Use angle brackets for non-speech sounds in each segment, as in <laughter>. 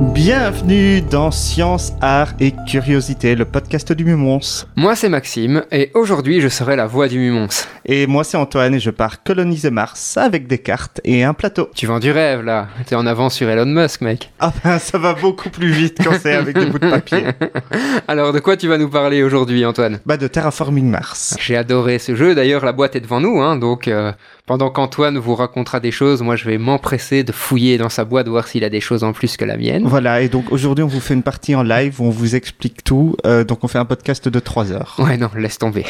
Bienvenue dans Science, Art et Curiosité, le podcast du Mumons. Moi c'est Maxime et aujourd'hui je serai la voix du Mumons. Et moi c'est Antoine et je pars coloniser Mars avec des cartes et un plateau. Tu vends du rêve là, t'es en avance sur Elon Musk mec. Ah ben ça va beaucoup plus vite quand c'est avec des bouts de papier. Alors de quoi tu vas nous parler aujourd'hui Antoine Bah de Terraforming Mars. J'ai adoré ce jeu, d'ailleurs la boîte est devant nous, hein, donc euh, pendant qu'Antoine vous racontera des choses, moi je vais m'empresser de fouiller dans sa boîte, voir s'il a des choses en plus que la mienne. Voilà, et donc aujourd'hui on vous fait une partie en live où on vous explique tout, euh, donc on fait un podcast de 3 heures. Ouais non, <laughs> laisse tomber.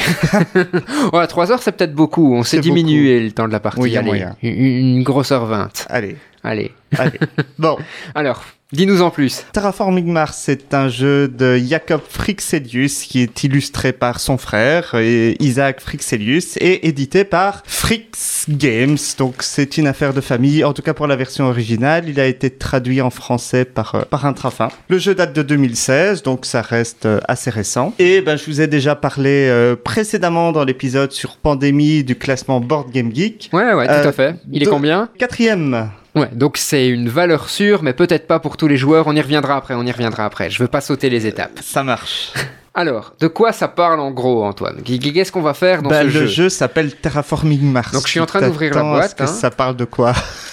ouais, 3 heures c'est peut-être beaucoup, on C'est s'est beaucoup. diminué le temps de la partie. Oui, y a Allez, moyen. Une, une grosse heure 20. Allez, Allez, allez. bon, alors dis-nous en plus. Terraforming Mars, c'est un jeu de Jacob Frixelius qui est illustré par son frère et Isaac Frixelius et édité par Frix Games. Donc c'est une affaire de famille, en tout cas pour la version originale. Il a été traduit en français par, euh, par un trafin. Le jeu date de 2016, donc ça reste euh, assez récent. Et ben je vous ai déjà parlé euh, précédemment dans l'épisode sur Pandémie du classement Board Game Geek. Ouais ouais, tout Euh, à fait. Il est deux- combien Quatrième Ouais, donc c'est une valeur sûre, mais peut-être pas pour tous les joueurs. On y reviendra après, on y reviendra après. Je veux pas sauter les étapes. Ça marche. Alors, de quoi ça parle en gros, Antoine Qu- Qu'est-ce qu'on va faire dans Bah, ce le jeu, jeu, s'appelle Terraforming Mars. Donc, je suis en Tu train d'ouvrir la t'attends à boîte, ce que hein. Ça parle de quoi <laughs>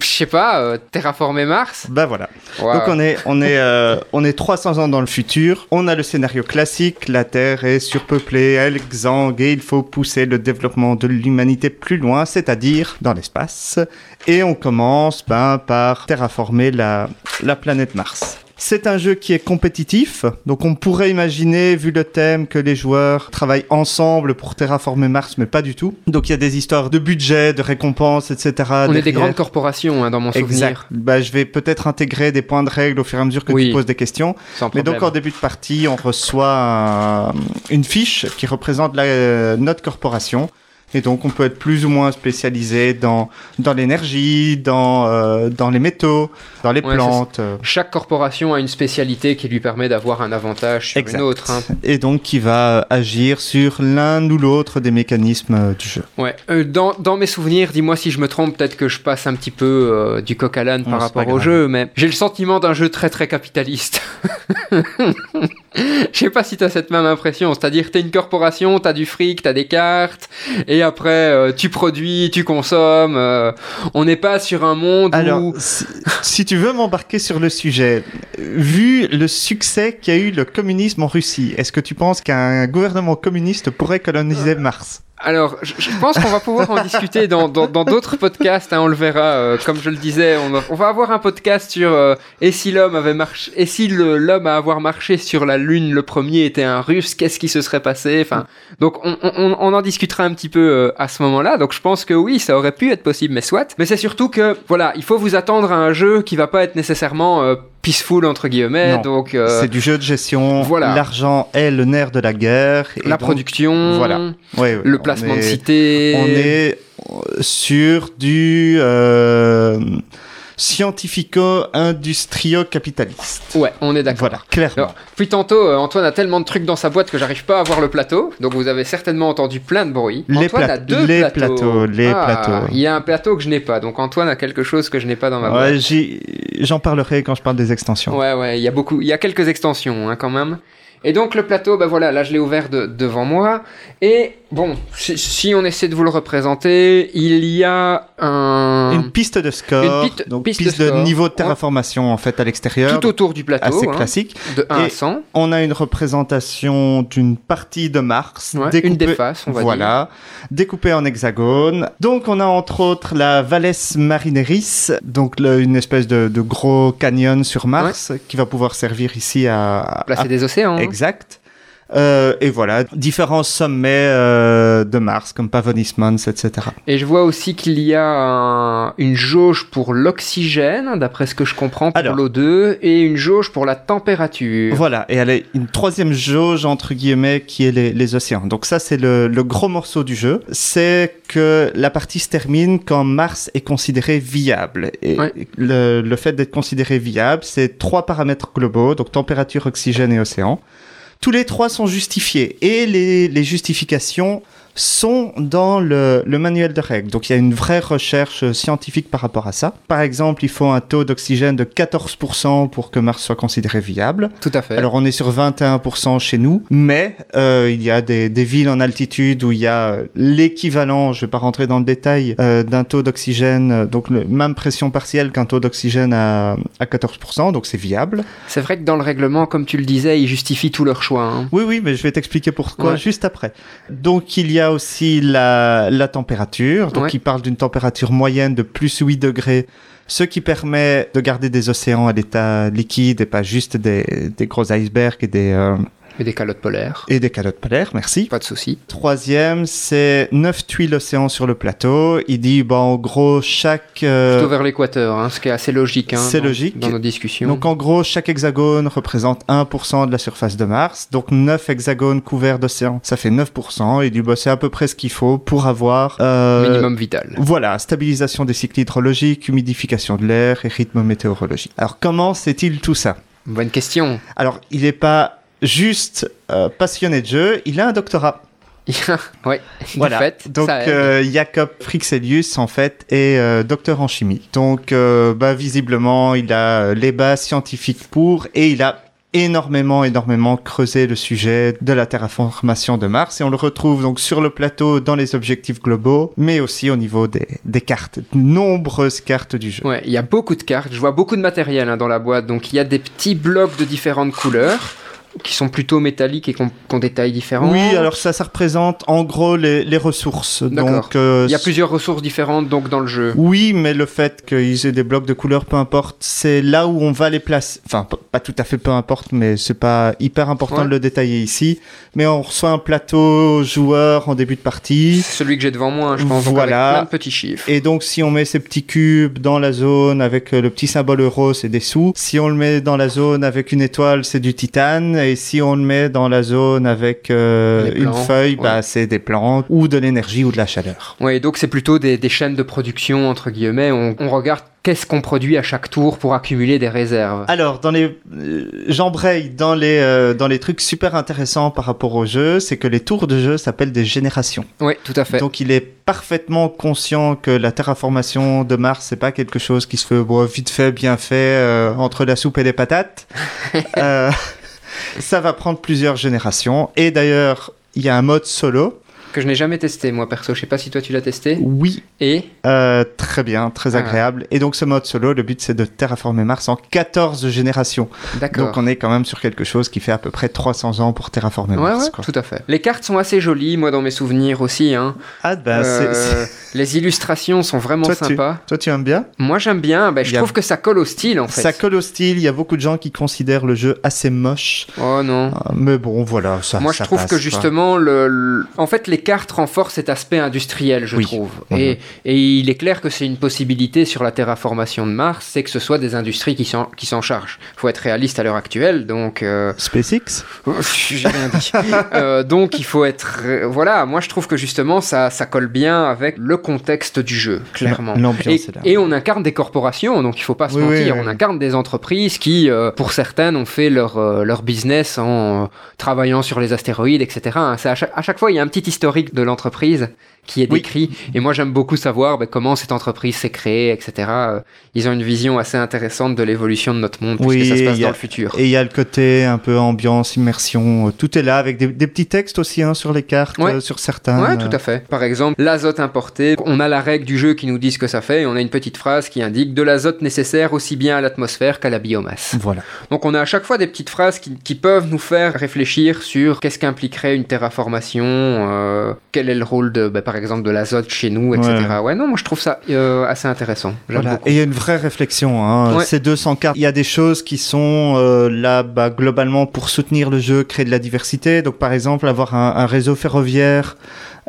Je sais pas, euh, terraformer Mars Bah voilà. Waouh. Donc on est on est euh, on est 300 ans dans le futur. On a le scénario classique. La Terre est surpeuplée, elle xangue et il faut pousser le développement de l'humanité plus loin, c'est-à-dire dans l'espace. Et on commence ben, par terraformer la la planète Mars. C'est un jeu qui est compétitif, donc on pourrait imaginer, vu le thème, que les joueurs travaillent ensemble pour terraformer Mars, mais pas du tout. Donc il y a des histoires de budget, de récompenses, etc. On est des derrière. grandes corporations, hein, dans mon Exact. souvenir. Bah, je vais peut-être intégrer des points de règle au fur et à mesure que Oui. tu poses des questions. Sans Mais problème. donc en début de partie, on reçoit un- une fiche qui représente la, euh, notre corporation. Et donc on peut être plus ou moins spécialisé dans dans l'énergie, dans euh, dans les métaux, dans les Ouais, c'est plantes. euh, Chaque corporation a une spécialité qui lui permet d'avoir un avantage sur Exact. une autre. hein. Et donc qui va euh, agir sur l'un ou l'autre des mécanismes euh, du jeu. Ouais. Euh, dans, dans mes souvenirs, dis-moi si je me trompe, peut-être que je passe un petit peu euh, du coq à l'âne Non, par c'est rapport pas au grave. jeu, mais j'ai le sentiment d'un jeu très très capitaliste. <laughs> Je sais pas si t'as cette même impression, c'est-à-dire t'es une corporation, t'as du fric, t'as des cartes, et après euh, tu produis, tu consommes. euh, on n'est pas sur un monde Alors, où si, si tu veux m'embarquer sur le sujet, euh, vu le succès qu'a eu le communisme en Russie, est-ce que tu penses qu'un gouvernement communiste pourrait Euh, coloniser Mars Alors, je, je pense qu'on va pouvoir en discuter dans dans- dans d'autres podcasts, hein, on le verra. euh, comme je le disais, on, on va avoir un podcast sur euh, et si l'homme avait marché, et si le- l'homme à avoir marché sur la Lune le premier était un Russe, qu'est-ce qui se serait passé Enfin, donc on, on- on- on en discutera un petit peu euh, à ce moment-là. Donc je pense que oui, ça aurait pu être possible, mais soit. Mais c'est surtout que voilà, il faut vous attendre à un jeu qui va pas être nécessairement euh, peaceful entre guillemets. Non, donc euh, C'est du jeu de gestion. voilà. L'argent est le nerf de la guerre. et la donc- production, voilà. Ouais, ouais, le on placement de est- cité. On est euh, sur du euh, scientifico-industrio-capitaliste. Ouais, on est d'accord. Voilà, clairement. Alors, puis tantôt, euh, Antoine a tellement de trucs dans sa boîte que j'arrive pas à voir le plateau. Donc vous avez certainement entendu plein de bruit. Les Antoine a plate- deux les plateaux. plateaux, les Ah, plateaux. Il y a un plateau que je n'ai pas. Donc Antoine a quelque chose que je n'ai pas dans ma boîte. Ouais, j'y- J'en parlerai quand je parle des extensions. Ouais, ouais, il y a beaucoup, il y a quelques extensions hein, quand même. Et donc le plateau, bah voilà, là je l'ai ouvert de- devant moi. Et bon, si, si on essaie de vous le représenter, il y a un Une piste de score, Hein. Une piste- donc piste piste, de de, score. niveau de terraformation en fait à l'extérieur, tout autour du plateau, assez hein, classique. de 1 à Et 100, On a une représentation d'une partie de Mars Ouais, une découpée, des faces, on va dire. voilà, découpée en hexagone. Donc on a entre autres la Valles Marineris, donc le- une espèce de, de gros canyon sur Mars qui va pouvoir servir ici à, à- Placer à- des océans. exact. Euh, et voilà, différents sommets euh, de Mars comme Pavonis Mons, etc. Et je vois aussi qu'il y a un- une jauge pour l'oxygène, d'après ce que je comprends, pour Alors. l'O2, et une jauge pour la température. Voilà, et elle est une troisième jauge entre guillemets qui est les, les océans. Donc ça c'est le, le gros morceau du jeu, c'est que la partie se termine quand Mars est considéré viable. Et Ouais. le, le fait d'être considéré viable, c'est trois paramètres globaux, donc température, oxygène et océan. Tous les trois sont justifiés et les, les justifications sont dans le, le manuel de règles. Donc il y a une vraie recherche scientifique par rapport à ça. Par exemple, il faut un taux d'oxygène de 14% pour que Mars soit considéré viable. Tout à fait. Alors on est sur 21% chez nous, mais euh, il y a des, des villes en altitude où il y a euh, l'équivalent, je vais pas rentrer dans le détail, euh, d'un taux d'oxygène, euh, donc le même pression partielle qu'un taux d'oxygène à, à 14%, donc c'est viable. C'est vrai que dans le règlement, comme tu le disais, ils justifient tous leurs choix. hein. Oui, oui, mais je vais t'expliquer pourquoi Ouais. juste après. Donc il y a aussi la, la température, donc Ouais. il parle d'une température moyenne de plus 8 degrés, ce qui permet de garder des océans à l'état liquide et pas juste des, des gros icebergs et des, euh, Et des calottes polaires. et des calottes polaires, merci. Pas de souci. Troisième, c'est neuf tuiles océans sur le plateau. Il dit, bah, en gros, chaque... euh, Plutôt vers l'équateur, hein, ce qui est assez logique. hein, c'est dans- logique. Dans nos discussions. donc, en gros, chaque hexagone représente 1% de la surface de Mars. Donc, neuf hexagones couverts d'océan, ça fait 9%. Il dit, bah, c'est à peu près ce qu'il faut pour avoir... euh, Minimum vital. Voilà, stabilisation des cycles hydrologiques, humidification de l'air et rythme météorologique. Alors, comment sait-il tout ça Bonne question. <laughs> Alors, il n'est pas juste euh, passionné de jeu, il a un doctorat. ouais. Voilà. Du fait, Donc ça aide. euh, Jacob Frixelius en fait est euh, docteur en chimie. Donc euh, bah visiblement il a euh, les bases scientifiques pour et il a énormément énormément creusé le sujet de la terraformation de Mars et on le retrouve donc sur le plateau dans les objectifs globaux mais aussi au niveau des, des cartes, nombreuses cartes du jeu. Ouais, il y a beaucoup de cartes. Je vois beaucoup de matériel hein, dans la boîte. Donc il y a des petits blocs de différentes couleurs qui sont plutôt métalliques et qu'on qu'on détaille différents. Oui, alors ça, ça représente en gros les, les ressources. D'accord. Donc, euh, Il y a plusieurs ressources différentes donc dans le jeu. Oui, mais le fait qu'ils aient des blocs de couleurs, peu importe, c'est là où on va les placer. Enfin, p- pas tout à fait peu importe, mais c'est pas hyper important Ouais. de le détailler ici. Mais on reçoit un plateau joueur en début de partie. Celui que j'ai devant moi, hein, je pense, donc Voilà. avec plein de petits chiffres. Et donc, si on met ces petits cubes dans la zone avec euh, le petit symbole euro, c'est des sous. Si on le met dans la zone avec une étoile, c'est du titane. Et si on le met dans la zone avec euh, Les une plans, feuille, ouais. bah, c'est des plantes ou de l'énergie ou de la chaleur. Ouais, donc c'est plutôt des, des chaînes de production, entre guillemets. On, on regarde qu'est-ce qu'on produit à chaque tour pour accumuler des réserves. Alors, dans les, euh, j'embraye dans les, euh, dans les trucs super intéressants par rapport au jeu, c'est que les tours de jeu s'appellent des générations. Ouais, tout à fait. Ah. Donc, il est parfaitement conscient que la terraformation de Mars, c'est pas quelque chose qui se fait bon, vite fait, bien fait, euh, entre la soupe et les <laughs> patates. Euh, ça va prendre plusieurs générations. Et d'ailleurs, il y a un mode solo. Que je n'ai jamais testé, moi, perso. Je sais pas si toi tu l'as testé. Oui, Et Euh, très bien, très Ah. agréable. Et donc ce mode solo, le but c'est de terraformer Mars en 14 générations. Donc D'accord. on est quand même sur quelque chose qui fait à peu près 300 ans pour terraformer Ouais, Mars. ouais, quoi. tout à fait. Les cartes sont assez jolies, moi, dans mes souvenirs aussi. Hein. Ah bah Euh, c'est- c'est- les illustrations sont vraiment Toi, tu- sympas. toi tu aimes bien Moi, j'aime bien. Ben, Il je y a- trouve que ça colle au style, en fait. Ça colle au style, il y a beaucoup de gens qui considèrent le jeu assez moche. Oh non. Euh, Mais bon voilà, ça Moi, Ah, je ça trouve passe, que quoi. justement, le, le- en fait, les cartes renforcent cet aspect industriel, je Oui. trouve. Mhm. Et, et il est clair que c'est une possibilité sur la terraformation de Mars, c'est que ce soit des industries qui s'en qui s'en chargent. Faut être réaliste à l'heure actuelle, donc euh, <laughs> SpaceX j'ai rien <laughs> dit. Euh, donc, il faut être, euh, voilà. Moi, je trouve que justement, ça, ça colle bien avec le contexte du jeu, Bah, clairement. Et, L'ambiance est là. et on incarne des corporations, donc il faut pas se Oui, mentir, oui, oui. on incarne des entreprises qui, euh, pour certaines, ont fait leur, euh, leur business en euh, travaillant sur les astéroïdes, etc. hein. C'est à, chaque, à chaque fois, il y a un petit historique de l'entreprise qui est Oui. décrit, et moi j'aime beaucoup savoir ben, comment cette entreprise s'est créée, etc. Euh, Ils ont une vision assez intéressante de l'évolution de notre monde, Oui, puisque ça se passe il y a- dans le futur. Et il y a le côté un peu ambiance, immersion, euh, tout est là avec des, des petits textes aussi hein, sur les cartes, Ouais. euh, sur certains. Ouais, tout à fait. Par exemple, l'azote importé, on a la règle du jeu qui nous dit ce que ça fait, et on a une petite phrase qui indique de l'azote nécessaire aussi bien à l'atmosphère qu'à la biomasse. euh, Voilà. Donc on a à chaque fois des petites phrases qui, qui peuvent nous faire réfléchir sur qu'est-ce qu'impliquerait une terraformation, euh, quel est le rôle de, bah, par exemple, de l'azote chez nous, etc. Ouais. Ouais. non, moi je trouve ça euh, assez intéressant. J'aime Voilà. beaucoup. Et il y a une vraie réflexion. Hein. Ouais. Ces 200 cartes, il y a des choses qui sont euh, là bah, globalement pour soutenir le jeu, créer de la diversité. Donc par exemple, avoir un, un réseau ferroviaire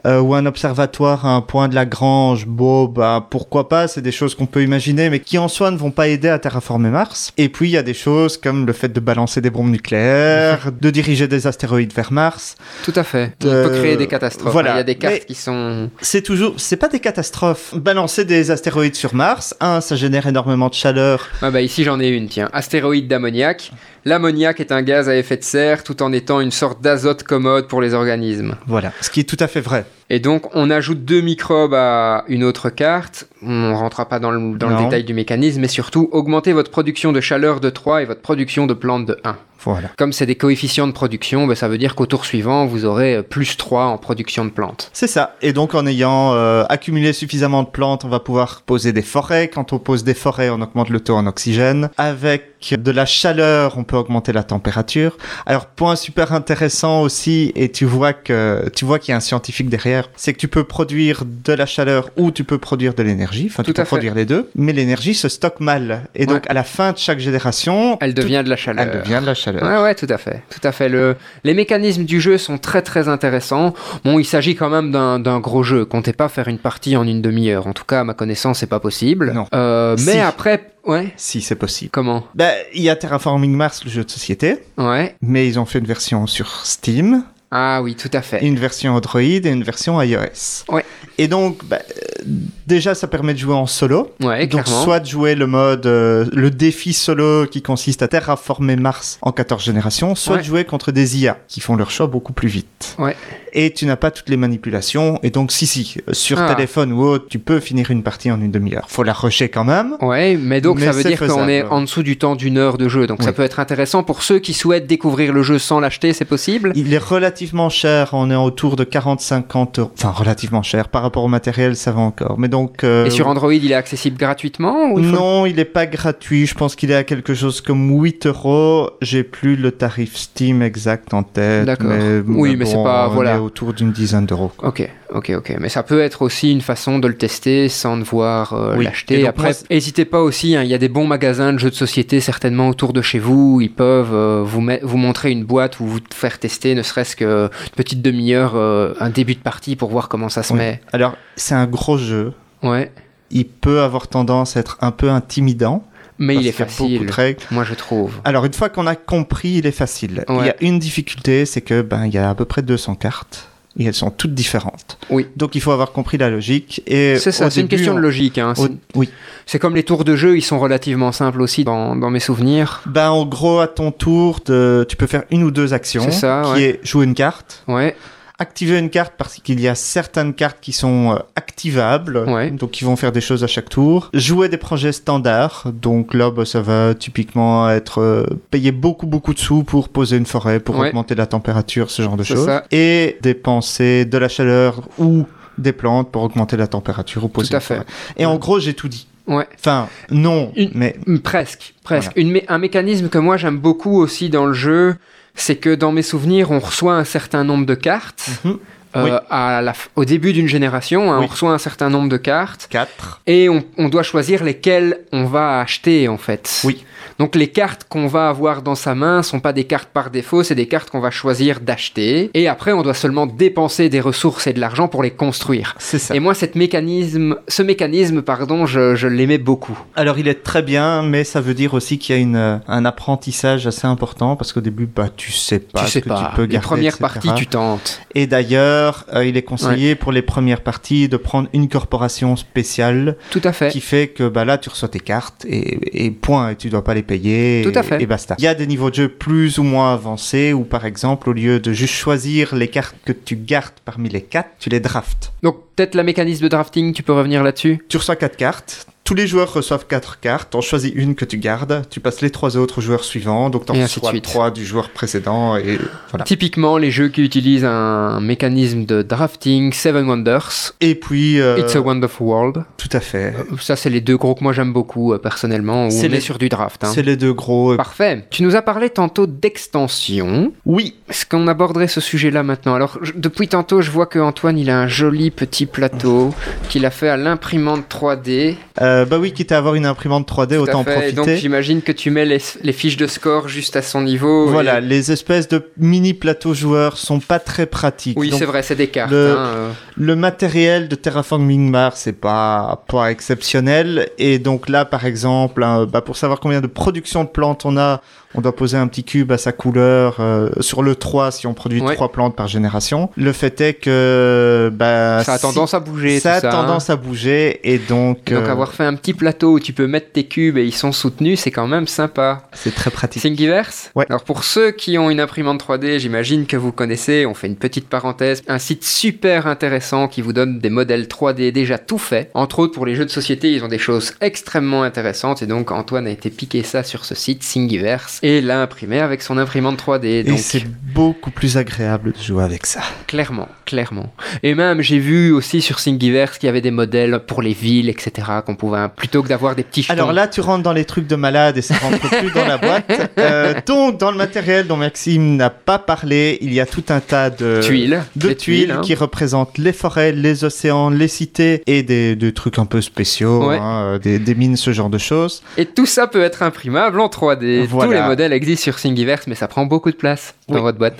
euh, ou un observatoire à un point de la grange, bon, bah, pourquoi pas, c'est des choses qu'on peut imaginer, mais qui en soi ne vont pas aider à terraformer Mars. Et puis il y a des choses comme le fait de balancer des bombes nucléaires, de diriger des astéroïdes vers Mars. Tout à fait. Euh, On peut créer des catastrophes. Hein, voilà. Il y a des cartes Mais- qui sont... C'est toujours, c'est pas des catastrophes. Balancer des astéroïdes sur Mars, un, ça génère énormément de chaleur Ah bah ici j'en ai une, tiens. Astéroïde d'ammoniac. L'ammoniac est un gaz à effet de serre tout en étant une sorte d'azote commode pour les organismes. Voilà, ce qui est tout à fait vrai. Et donc, on ajoute deux microbes à une autre carte. On ne rentrera pas dans, le, dans le Non. détail du mécanisme, mais surtout, augmenter votre production de chaleur de 3 et votre production de plantes de 1. Voilà. Comme c'est des coefficients de production, ben, ça veut dire qu'au tour suivant, vous aurez euh, plus 3 en production de plantes. C'est ça. Et donc, en ayant euh, accumulé suffisamment de plantes, on va pouvoir poser des forêts. Quand on pose des forêts, on augmente le taux en oxygène. Avec de la chaleur, on peut augmenter la température. Alors, point super intéressant aussi, et tu vois que tu vois qu'il y a un scientifique derrière, c'est que tu peux produire de la chaleur ou tu peux produire de l'énergie. Enfin, Tout tu peux à fait. produire les deux. Mais l'énergie se stocke mal. Et donc, à la fin de chaque génération, Elle devient de la chaleur. elle devient de la chaleur. Ouais, ouais, tout à fait. Tout à fait. Le... Les mécanismes du jeu sont très très intéressants. Bon, il s'agit quand même d'un d'un gros jeu. Comptez pas faire une partie en une demi-heure. En tout cas, à ma connaissance, c'est pas possible. Non. Euh, mais Si. après, ouais. Si c'est possible. Comment Ben, il y a Terraforming Mars, le jeu de société, Ouais. mais ils ont fait une version sur Steam. Ah oui, tout à fait. une version Android et une version iOS. Ouais. Et donc, bah, euh, déjà, ça permet de jouer en solo. Ouais, donc, clairement. soit de jouer le mode, euh, le défi solo qui consiste à terraformer Mars en 14 générations, soit Ouais. de jouer contre des IA qui font leur choix beaucoup plus vite. Ouais. Et tu n'as pas toutes les manipulations. Et donc, si, si, euh, sur Ah. téléphone ou autre, tu peux finir une partie en une demi-heure. Faut la rusher quand même. Ouais, mais donc Mais ça veut c'est dire qu'on faisable. est en dessous du temps d'une heure de jeu. Donc ça Oui. peut être intéressant pour ceux qui souhaitent découvrir le jeu sans l'acheter, c'est possible Il est relativement cher, on est autour de 40-50 euros. Enfin, relativement cher. Par rapport au matériel, ça va encore. Mais donc. euh, Et sur Android, il est accessible gratuitement ou il faut- Non, il est pas gratuit. Je pense qu'il est à quelque chose comme 8 euros. J'ai plus le tarif Steam exact en tête. D'accord. mais- Oui, mais c'est pas- on voilà. est autour d'une dizaine d'euros. quoi. Ok, ok, ok. Mais ça peut être aussi une façon de le tester sans devoir euh, Oui. Et l'acheter. donc, Après, moi, c'est- n'hésitez pas aussi, hein, il y a des bons magasins de jeux de société certainement autour de chez vous. Ils peuvent euh, vous, met- vous montrer une boîte ou vous faire tester ne serait-ce qu'une petite demi-heure, euh, un début de partie pour voir comment ça se Oui. met. Alors, c'est un gros jeu. Ouais, Il peut avoir tendance à être un peu intimidant. mais parce il est qu'il y a beaucoup facile, de règles. moi je trouve. Alors, une fois qu'on a compris, il est facile. Ouais. Il y a une difficulté, c'est que ben, il y a à peu près 200 cartes. Et elles sont toutes différentes. Oui. Donc, il faut avoir compris la logique. Et C'est ça, au c'est une début, question on- de logique. hein. au- C'est- Oui. C'est comme les tours de jeu, ils sont relativement simples aussi dans, dans mes souvenirs. Ben, en gros, à ton tour, de- tu peux faire une ou deux actions. C'est ça, qui ouais. est jouer une carte, Ouais, activer une carte parce qu'il y a certaines cartes qui sont euh, activables, Ouais. donc qui vont faire des choses à chaque tour. Jouer des projets standards, donc là, bah, ça va typiquement être euh, payer beaucoup, beaucoup de sous pour poser une forêt, pour Ouais. augmenter la température, ce genre de C'est choses. ça. Et dépenser de la chaleur ou des plantes pour augmenter la température ou poser Tout à une fait. forêt. Et en gros, j'ai tout dit. ouais. Enfin, non, Une- mais Mm, Presque, presque. Une mé- un mécanisme que moi j'aime beaucoup aussi dans le jeu, c'est que dans mes souvenirs, on reçoit un certain nombre de cartes. Mhm. Euh, Oui. à la f- au début d'une génération, hein, Oui. on reçoit un certain nombre de cartes 4. et on, on doit choisir lesquelles on va acheter en fait. Oui. Donc les cartes qu'on va avoir dans sa main sont pas des cartes par défaut, c'est des cartes qu'on va choisir d'acheter. Et après, on doit seulement dépenser des ressources et de l'argent pour les construire. C'est ça. Et moi, cette mécanisme, ce mécanisme, pardon, je, je l'aimais beaucoup. Alors il est très bien, mais ça veut dire aussi qu'il y a une, euh, un apprentissage assez important parce qu'au début, bah tu sais pas tu sais ce que pas. tu peux les garder. premières etc.. parties, tu tentes. Et d'ailleurs, euh, il est conseillé pour les premières parties de prendre une corporation spéciale Tout à fait. qui fait que bah là tu reçois tes cartes et, et point et tu dois pas les payer. Tout à et- fait. Et basta. Il y a des niveaux de jeu plus ou moins avancés où par exemple au lieu de juste choisir les cartes que tu gardes parmi les quatre, tu les draftes. Donc peut-être la mécanisme de drafting, tu peux revenir là-dessus Tu reçois quatre cartes. Tous les joueurs reçoivent quatre cartes. T'en choisis une que tu gardes. Tu passes les trois autres aux joueurs suivants. Donc t'en Et ainsi de reçois suite. trois du joueur précédent. Et voilà. Typiquement, les jeux qui utilisent un mécanisme de drafting, Seven Wonders, Et puis. euh, It's a Wonderful World. Tout à fait. Ça, c'est les deux gros que moi j'aime beaucoup euh, personnellement, où on C'est est les- sur du draft. hein. C'est les deux gros. Parfait. Tu nous as parlé tantôt d'extension. Oui. Est-ce qu'on aborderait ce sujet-là maintenant Alors, je- depuis tantôt, je vois que Antoine, il a un joli petit plateau qu'il a fait à l'imprimante 3D. Euh, bah oui, quitte à avoir une imprimante 3D, Tout à autant en fait. Et profiter. Donc, j'imagine que tu mets les, les fiches de score juste à son niveau. Voilà, et- les espèces de mini plateaux joueurs sont pas très pratiques. Oui, Donc, c'est vrai, c'est des cartes. le- hein, euh. Le matériel de Terraforming Mars c'est pas pas exceptionnel et donc là par exemple hein, bah, pour savoir combien de production de plantes on a, on doit poser un petit cube à sa couleur euh, sur le 3 si on produit Ouais. trois plantes par génération. Le fait est que bah, ça a si- tendance à bouger. ça a tout ça, hein. tendance à bouger et donc Et Donc euh, avoir fait un petit plateau où tu peux mettre tes cubes et ils sont soutenus, c'est quand même sympa. c'est très pratique. Thingiverse Ouais. Alors pour ceux qui ont une imprimante 3D, j'imagine que vous connaissez, on fait une petite parenthèse, un site super intéressant qui vous donne des modèles 3D déjà tout faits. Entre autres pour les jeux de société, ils ont des choses extrêmement intéressantes et donc Antoine a été piqué ça sur ce site Thingiverse et l'a imprimé avec son imprimante 3D. Et Donc c'est beaucoup plus agréable de jouer avec ça. Clairement, clairement. Et même, j'ai vu aussi sur Thingiverse qu'il y avait des modèles pour les villes, etc., qu'on pouvait, plutôt que d'avoir des petits jetons. Alors là, tu rentres dans les trucs de malade et ça rentre plus dans la <laughs> boîte. Euh, donc, dans le matériel dont Maxime n'a pas parlé, il y a tout un tas de tuiles. euh, de les tuiles hein. qui représentent les forêts, les océans, les cités et des, des trucs un peu spéciaux, Ouais. hein, euh, des, des mines, ce genre de choses. Et tout ça peut être imprimable en 3D. Tous Voilà. les modèles existent sur Thingiverse, mais ça prend beaucoup de place dans Oui. votre boîte.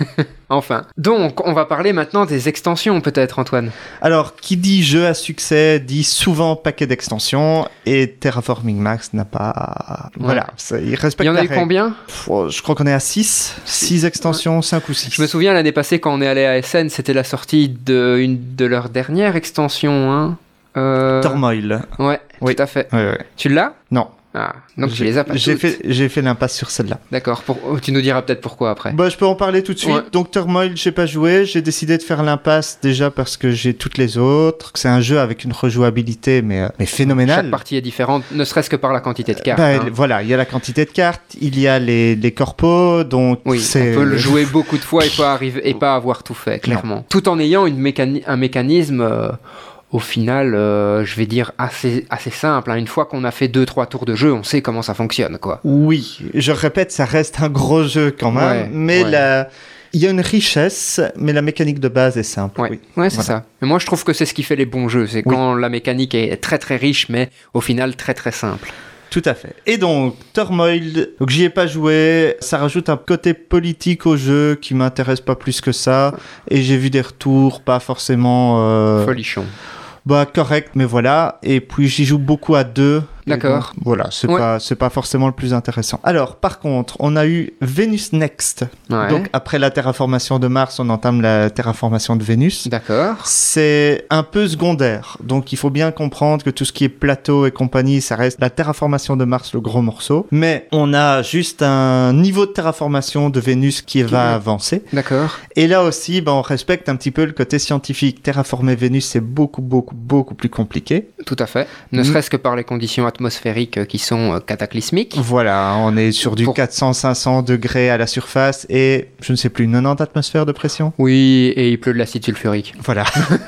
<laughs> enfin. Donc, on va parler maintenant des extensions, peut-être, Antoine. Alors, qui dit jeu à succès dit souvent paquet d'extensions et Terraforming Max n'a pas... Ouais. Voilà, ça- il Il respecte y en la a eu règle. combien Pff, oh, Je crois qu'on est à 6. 6 extensions, 5 ou 6. Je me souviens, l'année passée, quand on est allé à SN, c'était la sortie de, une, de leur dernière extension, hein. Euh, Turmoil. Ouais, Oui. tout à fait. Ouais, ouais. Tu l'as Non. Ah, donc tu J'ai- les as pas J'ai toutes. fait, j'ai fait l'impasse sur celle-là. D'accord, pour... oh, tu nous diras peut-être pourquoi après. Bah, je peux en parler tout de suite. Ouais. Donc, Turmoil, j'ai pas joué. J'ai décidé de faire l'impasse déjà parce que j'ai toutes les autres. C'est un jeu avec une rejouabilité, mais, euh, mais Chaque phénoménale. partie est différente, ne serait-ce que par la quantité de cartes. Bah, hein. elle- Voilà, il y a la quantité de cartes, il y a les, les corpos, donc Oui, c'est. on peut <laughs> le jouer beaucoup de fois et pas, arriver, et pas avoir tout fait, clairement. Tout en ayant une mécani- un mécanisme, euh, au final, euh, je vais dire, assez, assez simple. hein. Une fois qu'on a fait 2-3 tours de jeu, on sait comment ça fonctionne, quoi. Oui, je répète, ça reste un gros jeu quand même, Ouais, mais ouais. la- il y a une richesse, mais la mécanique de base est simple. Ouais, oui. ouais c'est Voilà. ça. Et moi, je trouve que c'est ce qui fait les bons jeux. C'est Oui. quand la mécanique est très très riche, mais au final très très simple. Tout à fait. Et donc, Turmoil, donc j'y ai pas joué, ça rajoute un côté politique au jeu qui m'intéresse pas plus que ça, et j'ai vu des retours pas forcément... euh, Folichon. bah correct, mais voilà, et puis j'y joue beaucoup à deux. Et D'accord. donc, Voilà, c'est Ouais. pas, c'est pas forcément le plus intéressant. Alors, par contre, on a eu Vénus Next. Ouais. Donc, après la terraformation de Mars, on entame la terraformation de Vénus. D'accord. C'est un peu secondaire, donc il faut bien comprendre que tout ce qui est plateau et compagnie, ça reste la terraformation de Mars, le gros morceau. Mais on a juste un niveau de terraformation de Vénus qui va avancer. D'accord. Et là aussi, ben, on respecte un petit peu le côté scientifique. Terraformer Vénus, c'est beaucoup, beaucoup, beaucoup plus compliqué. Tout à fait. Ne Mm. serait-ce que par les conditions atmosphériques euh, qui sont euh, Mm. cataclysmiques. Voilà, on est sur du Pour- 400-500 degrés à la surface et, je ne sais plus, 90 atmosphères de pression Oui, et il pleut de l'acide sulfurique. Voilà. <laughs>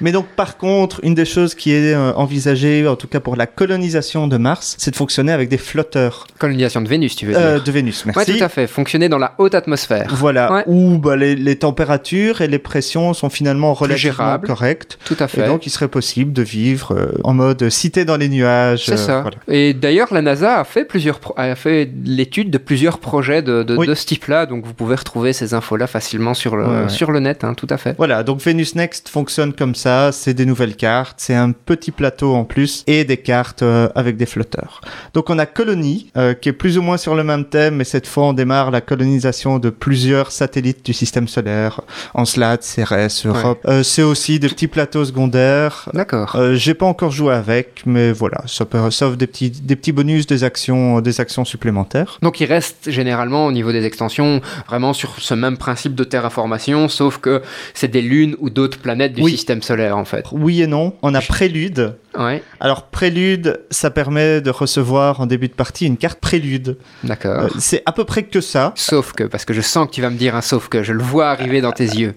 Mais donc, par contre, une des choses qui est euh, envisagée, en tout cas pour la colonisation de Mars, c'est de fonctionner avec des flotteurs Colonisation de Vénus, tu veux euh, dire de Vénus. Merci. Ouais, tout à fait. Fonctionner dans la haute atmosphère. Voilà, Ouais. où bah, les, les températures et les pressions sont finalement relativement gérables. correctes. Tout à Et fait. donc, il serait possible de vivre euh, en mode cité dans les nuages. c'est euh, ça. voilà. Et d'ailleurs, la NASA a fait plusieurs, pro- a fait l'étude de plusieurs projets de, de, Oui. de ce type-là, donc vous pouvez retrouver ces infos-là facilement sur le, Ouais, ouais. sur le net, hein, tout à fait. Voilà, donc Venus Next fonctionne comme ça, c'est des nouvelles cartes, c'est un petit plateau en plus et des cartes euh, avec des flotteurs. Donc on a Colonie euh, qui est plus ou moins sur le même thème, mais cette fois on démarre la colonisation de plusieurs satellites du système solaire, Encelade, Cérès, Europe. Euh, c'est aussi des petits plateaux secondaires. D'accord. Euh, j'ai pas encore joué avec, mais voilà, ça peut, sauf des petits, des petits bonus, des actions, des actions supplémentaires. Donc il reste généralement au niveau des extensions vraiment sur ce même principe de terraformation, sauf que c'est des lunes ou d'autres planètes du Oui. système solaire en fait. Oui et non, on a Prélude. Ouais, Alors prélude, ça permet de recevoir en début de partie une carte prélude. d'accord. Euh, c'est à peu près que ça. Sauf que, parce que je sens que tu vas me dire un sauf que, je le vois arriver dans tes yeux.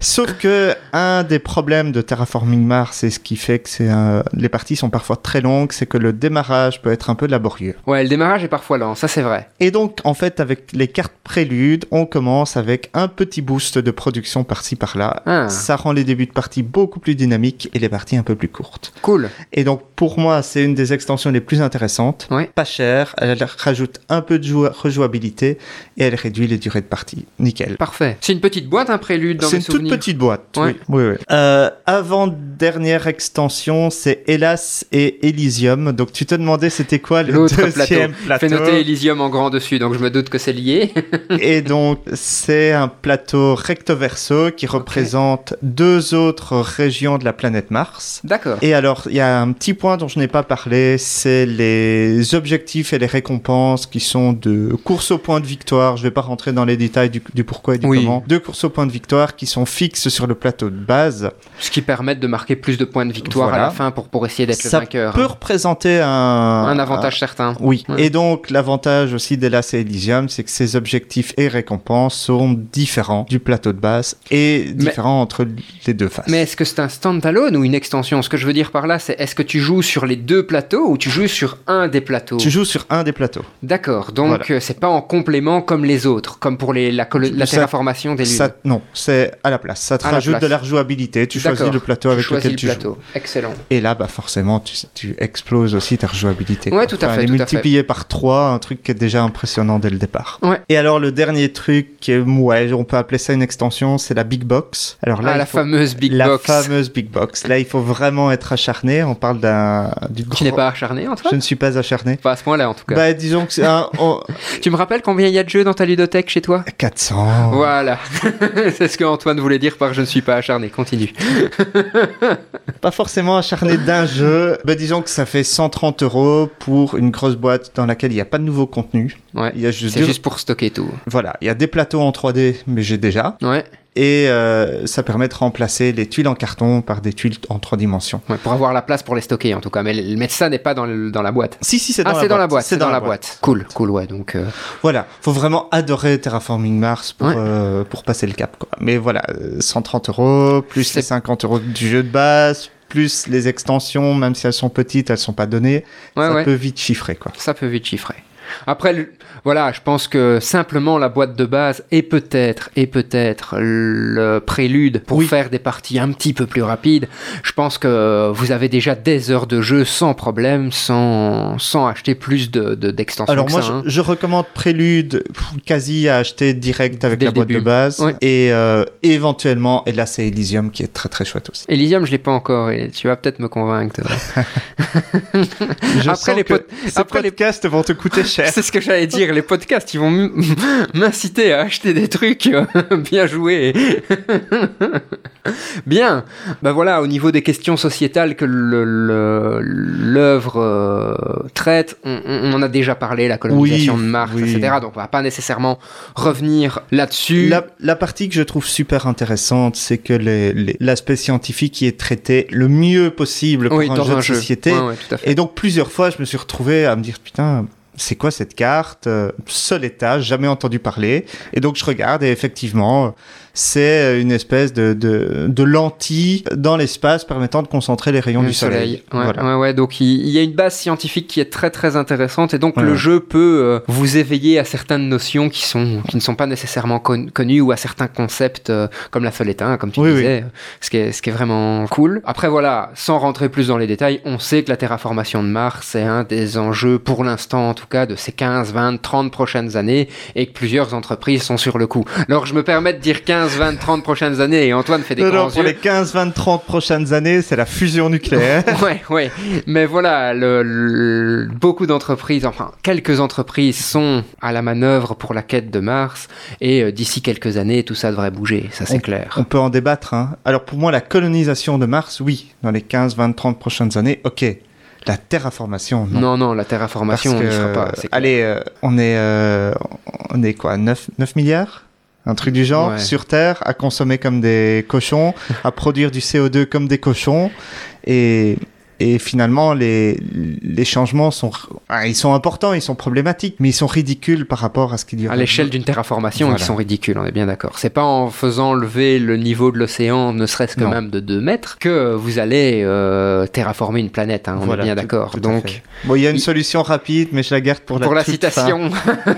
Sauf que un des problèmes de Terraforming Mars et ce qui fait que c'est un- les parties sont parfois très longues, c'est que le démarrage peut être un peu laborieux. Ouais, le démarrage est parfois lent, ça c'est vrai. Et donc en fait avec les cartes prélude, on commence avec un petit boost de production par-ci par-là. Ah, Ça rend les débuts de partie beaucoup plus dynamiques et les parties un peu plus courtes. cool. Et donc, pour moi, c'est une des extensions les plus intéressantes. Ouais. Pas chère, elle rajoute un peu de joua- rejouabilité et elle réduit les durées de partie. Nickel. Parfait. C'est une petite boîte, un prélude dans C'est mes une toute souvenirs. petite boîte. Ouais. Oui, oui, oui. Euh, avant-dernière extension, c'est c'était Hélas et Elysium. Donc tu te demandais c'était quoi le L'autre deuxième plateau. Fais noter Elysium en grand dessus, donc je me doute que c'est lié. <laughs> Et donc, c'est un plateau recto verso qui représente deux autres régions de la planète Mars. D'accord. Et alors, il y a un petit point dont je n'ai pas parlé, c'est les objectifs et les récompenses qui sont de course au point de victoire. Je ne vais pas rentrer dans les détails du, du pourquoi et du Oui. comment. De course au point de victoire qui sont fixes sur le plateau de base. Ce qui permet de marquer plus de points de victoire à Voilà. la fin pour, pour essayer d'être le Ça vainqueur. peut Ah. représenter un, Un avantage certain. Oui. Ouais. Et donc, l'avantage aussi d'Hélas et Elysium, c'est que ses objectifs et récompenses sont différents du plateau de base et Mais- différents entre les deux faces. Mais est-ce que c'est un standalone ou une extension Ce que je veux dire par là, c'est est-ce que tu joues sur les deux plateaux ou tu joues sur un des plateaux Tu joues sur un des plateaux. D'accord, donc Voilà. euh, c'est pas en complément comme les autres, comme pour les, la, colo- la Ça- terraformation des lunes. Ça, non, c'est à la place. Ça te À la rajoute place. de la rejouabilité. Tu choisis D'accord. le plateau tu avec choisis lequel le tu joues. plateau. Excellent. Et là, bah forcément, tu, tu exploses aussi ta rejouabilité. Ouais, quoi. tout à Enfin, fait, Elle est tout à multipliée par 3, un truc qui est déjà impressionnant dès le départ. Ouais. Et alors, le dernier truc, qui est- ouais, on peut appeler ça une extension, c'est la Big Box. Alors là, ah, il la faut- fameuse Big la Box. fameuse Big Box. Là, il faut vraiment être acharné. On parle d'un. Du Tu grand- n'es pas acharné, en Je ne suis pas acharné. Pas à ce point-là, en tout cas. Bah, disons que c'est un. oh, Tu me rappelles combien il y a de jeux dans ta ludothèque chez toi 400. Voilà, <laughs> c'est ce que Antoine voulait dire par je ne suis pas acharné. Continue. Pas forcément acharné d'un jeu. Bah, disons que ça fait 130 euros pour une grosse boîte dans laquelle il n'y a pas de nouveau contenu. Ouais. Il y a juste, C'est deux- juste pour stocker tout. Voilà. Il y a des plateaux en 3D, mais j'ai déjà. Ouais. Et euh, ça permet de remplacer les tuiles en carton par des tuiles en 3 dimensions. Ouais, Pour avoir la place pour les stocker en tout cas. Mais, le- mais ça n'est pas dans, le- dans la boîte. Si, si, c'est dans, Ah, c'est dans la boîte. C'est dans, la boîte. boîte. Cool, cool, ouais. Donc, euh, Voilà, faut vraiment adorer Terraforming Mars pour, Ouais. euh, pour passer le cap. Quoi. Mais voilà, euh, 130 euros, plus C'est- les 50 euros du jeu de base, plus les extensions, même si elles sont petites, elles sont pas données, ouais, ça ouais. peut vite chiffrer. quoi. Ça peut vite chiffrer. Après, le- voilà, je pense que simplement la boîte de base et peut-être, et peut-être le prélude pour Oui. faire des parties un petit peu plus rapides. Je pense que vous avez déjà des heures de jeu sans problème, sans, sans acheter plus de, de- d'extensions. Alors que moi, ça, je, hein. je recommande Prélude pff, quasi à acheter direct avec Dès la le boîte début. de base, Ouais. et euh, éventuellement, et là c'est Elysium qui est très très chouette aussi. Elysium, je l'ai pas encore et tu vas peut-être me convaincre. toi. Je Après, sens les que pod- ces après les- podcasts vont te <laughs> coûter cher. C'est ce que j'allais dire. Les podcasts, ils vont m- <laughs> m'inciter à acheter des trucs euh, <laughs> bien joués. <laughs> bien. Ben voilà, au niveau des questions sociétales que le- le- l'œuvre euh, traite, on, on- on en a déjà parlé, la colonisation Oui, de Mars, oui. etc. Donc on va pas nécessairement revenir là-dessus. La, la partie que je trouve super intéressante, c'est que les- les- l'aspect scientifique y est traité le mieux possible pour Oui, un dans jeu de société. Ouais, ouais, tout à fait. Et donc plusieurs fois, je me suis retrouvé à me dire putain. C'est quoi cette carte Euh, Seul étage, jamais entendu parler. Et donc je regarde et effectivement, c'est une espèce de, de, de lentille dans l'espace permettant de concentrer les rayons Le du soleil. Ouais, Voilà. ouais, ouais. Donc il il y a une base scientifique qui est très très intéressante et donc Ouais, le ouais. jeu peut euh, vous éveiller à certaines notions qui sont qui ne sont pas nécessairement con- connues ou à certains concepts euh, comme la seule éteinte, comme tu Oui, disais, ce qui est ce qui est vraiment cool. Après voilà, sans rentrer plus dans les détails, on sait que la terraformation de Mars est un des enjeux pour l'instant en tout cas de ces 15, 20, 30 prochaines années et que plusieurs entreprises sont sur le coup. Alors je me permets de dire 15, 20, 30 prochaines années et Antoine fait des Non, non, grands pour yeux. les 15, 20, 30 prochaines années, c'est la fusion <laughs> nucléaire. ouais, ouais. Mais voilà, le, le- beaucoup d'entreprises, enfin quelques entreprises sont à la manœuvre pour la quête de Mars et euh, d'ici quelques années, tout ça devrait bouger, ça c'est clair. On peut en débattre. Hein. Alors pour moi, la colonisation de Mars, oui, dans les 15, 20, 30 prochaines années, ok. La terraformation, non. Non, non, la terraformation, Parce on n'y que, sera pas. c'est clair. allez, euh, on est, euh, on est quoi, 9, 9 milliards un truc du genre, Ouais. sur Terre, à consommer comme des cochons, <laughs> à produire du CO2 comme des cochons. Et, et finalement, les, les changements sont, ah, ils sont importants, ils sont problématiques, mais ils sont ridicules par rapport à ce qu'il y a. À l'échelle d'une terraformation, Voilà. ils sont ridicules, on est bien d'accord. C'est pas en faisant lever le niveau de l'océan, ne serait-ce que Non. même de 2 mètres, que vous allez euh, terraformer une planète, hein, on Voilà, est bien tout- d'accord. tout à Donc, fait. Bon, il y a une il- solution rapide, mais je la garde pour la Pour la toute fin. citation,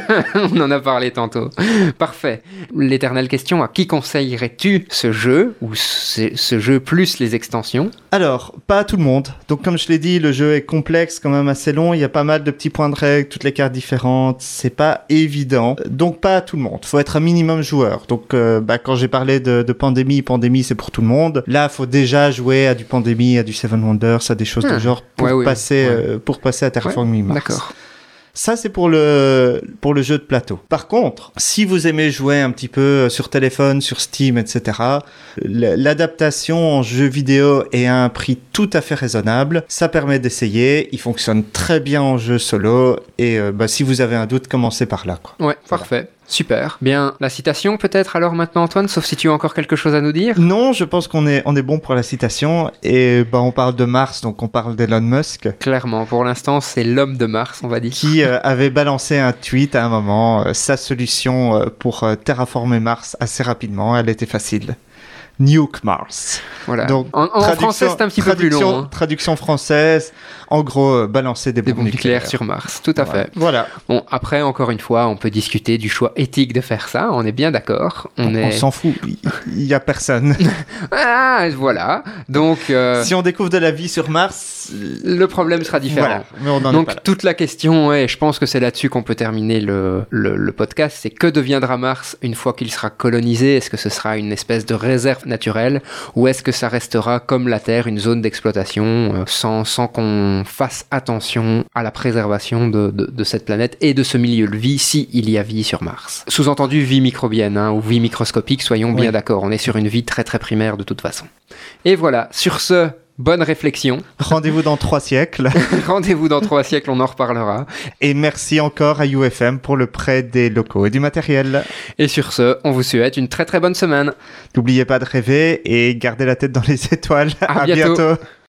<laughs> on en a parlé tantôt. Parfait. L'éternelle question, à qui conseillerais-tu ce jeu, ou ce, ce jeu plus les extensions Alors, pas à tout le monde. Donc comme je l'ai dit, le jeu est complexe, quand même assez long, il y a pas mal de petits points de règle, toutes les cartes différentes, c'est pas évident. Donc pas à tout le monde, faut être un minimum joueur. Donc euh, bah, quand j'ai parlé de, de pandémie, pandémie c'est pour tout le monde. Là, faut déjà jouer à du pandémie, à du Seven Wonders, à des choses Hmm. de genre pour Ouais, oui, passer ouais. euh, pour passer à Terraforming Mars. D'accord. Ça, c'est pour le, pour le jeu de plateau. Par contre, si vous aimez jouer un petit peu euh, sur téléphone, sur Steam, etc., l- l'adaptation en jeu vidéo est à un prix tout à fait raisonnable. Ça permet d'essayer. Il fonctionne très bien en jeu solo. Et euh, bah, si vous avez un doute, commencez par là. Quoi. Ouais, parfait. Super. Bien, la citation peut-être alors maintenant Antoine, sauf si tu as encore quelque chose à nous dire. Non, je pense qu'on est, on est bon pour la citation. Et bah, on parle de Mars, donc on parle d'Elon Musk. Clairement, pour l'instant, c'est l'homme de Mars, on va dire. qui euh, avait balancé un tweet à un moment, euh, sa solution euh, pour euh, terraformer Mars assez rapidement, elle était facile. Nuke Mars. Voilà. Donc, en en Traduction- français, c'est un petit peu plus traduction- long. hein. Traduction française, en gros, euh, balancer des, Des bombes nucléaires sur Mars, tout à fait. Voilà, Bon, après, encore une fois, on peut discuter du choix éthique de faire ça, on est bien d'accord. On, on est. s'en fout, il- il y a personne. Ah, voilà. Donc, <laughs> euh, si on découvre de la vie sur Mars, euh, le problème sera différent. voilà, mais on en est Donc pas là. toute la question, et je pense que c'est là-dessus qu'on peut terminer le, le- le podcast, c'est que deviendra Mars une fois qu'il sera colonisé Est-ce que ce sera une espèce de réserve naturelle ou est-ce que ça restera comme la Terre, une zone d'exploitation euh, sans, sans qu'on fasse attention à la préservation de, de- de cette planète et de ce milieu de vie si il y a vie sur Mars Sous-entendu vie microbienne hein, ou vie microscopique, soyons bien Oui. d'accord, on est sur une vie très très primaire de toute façon. Et voilà, sur ce, bonne réflexion. Rendez-vous dans trois <laughs> siècles. Rendez-vous dans trois siècles, on en reparlera. Et merci encore à UFM pour le prêt des locaux et du matériel. Et sur ce, on vous souhaite une très très bonne semaine. N'oubliez pas de rêver et gardez la tête dans les <laughs> étoiles. À À, bientôt. bientôt.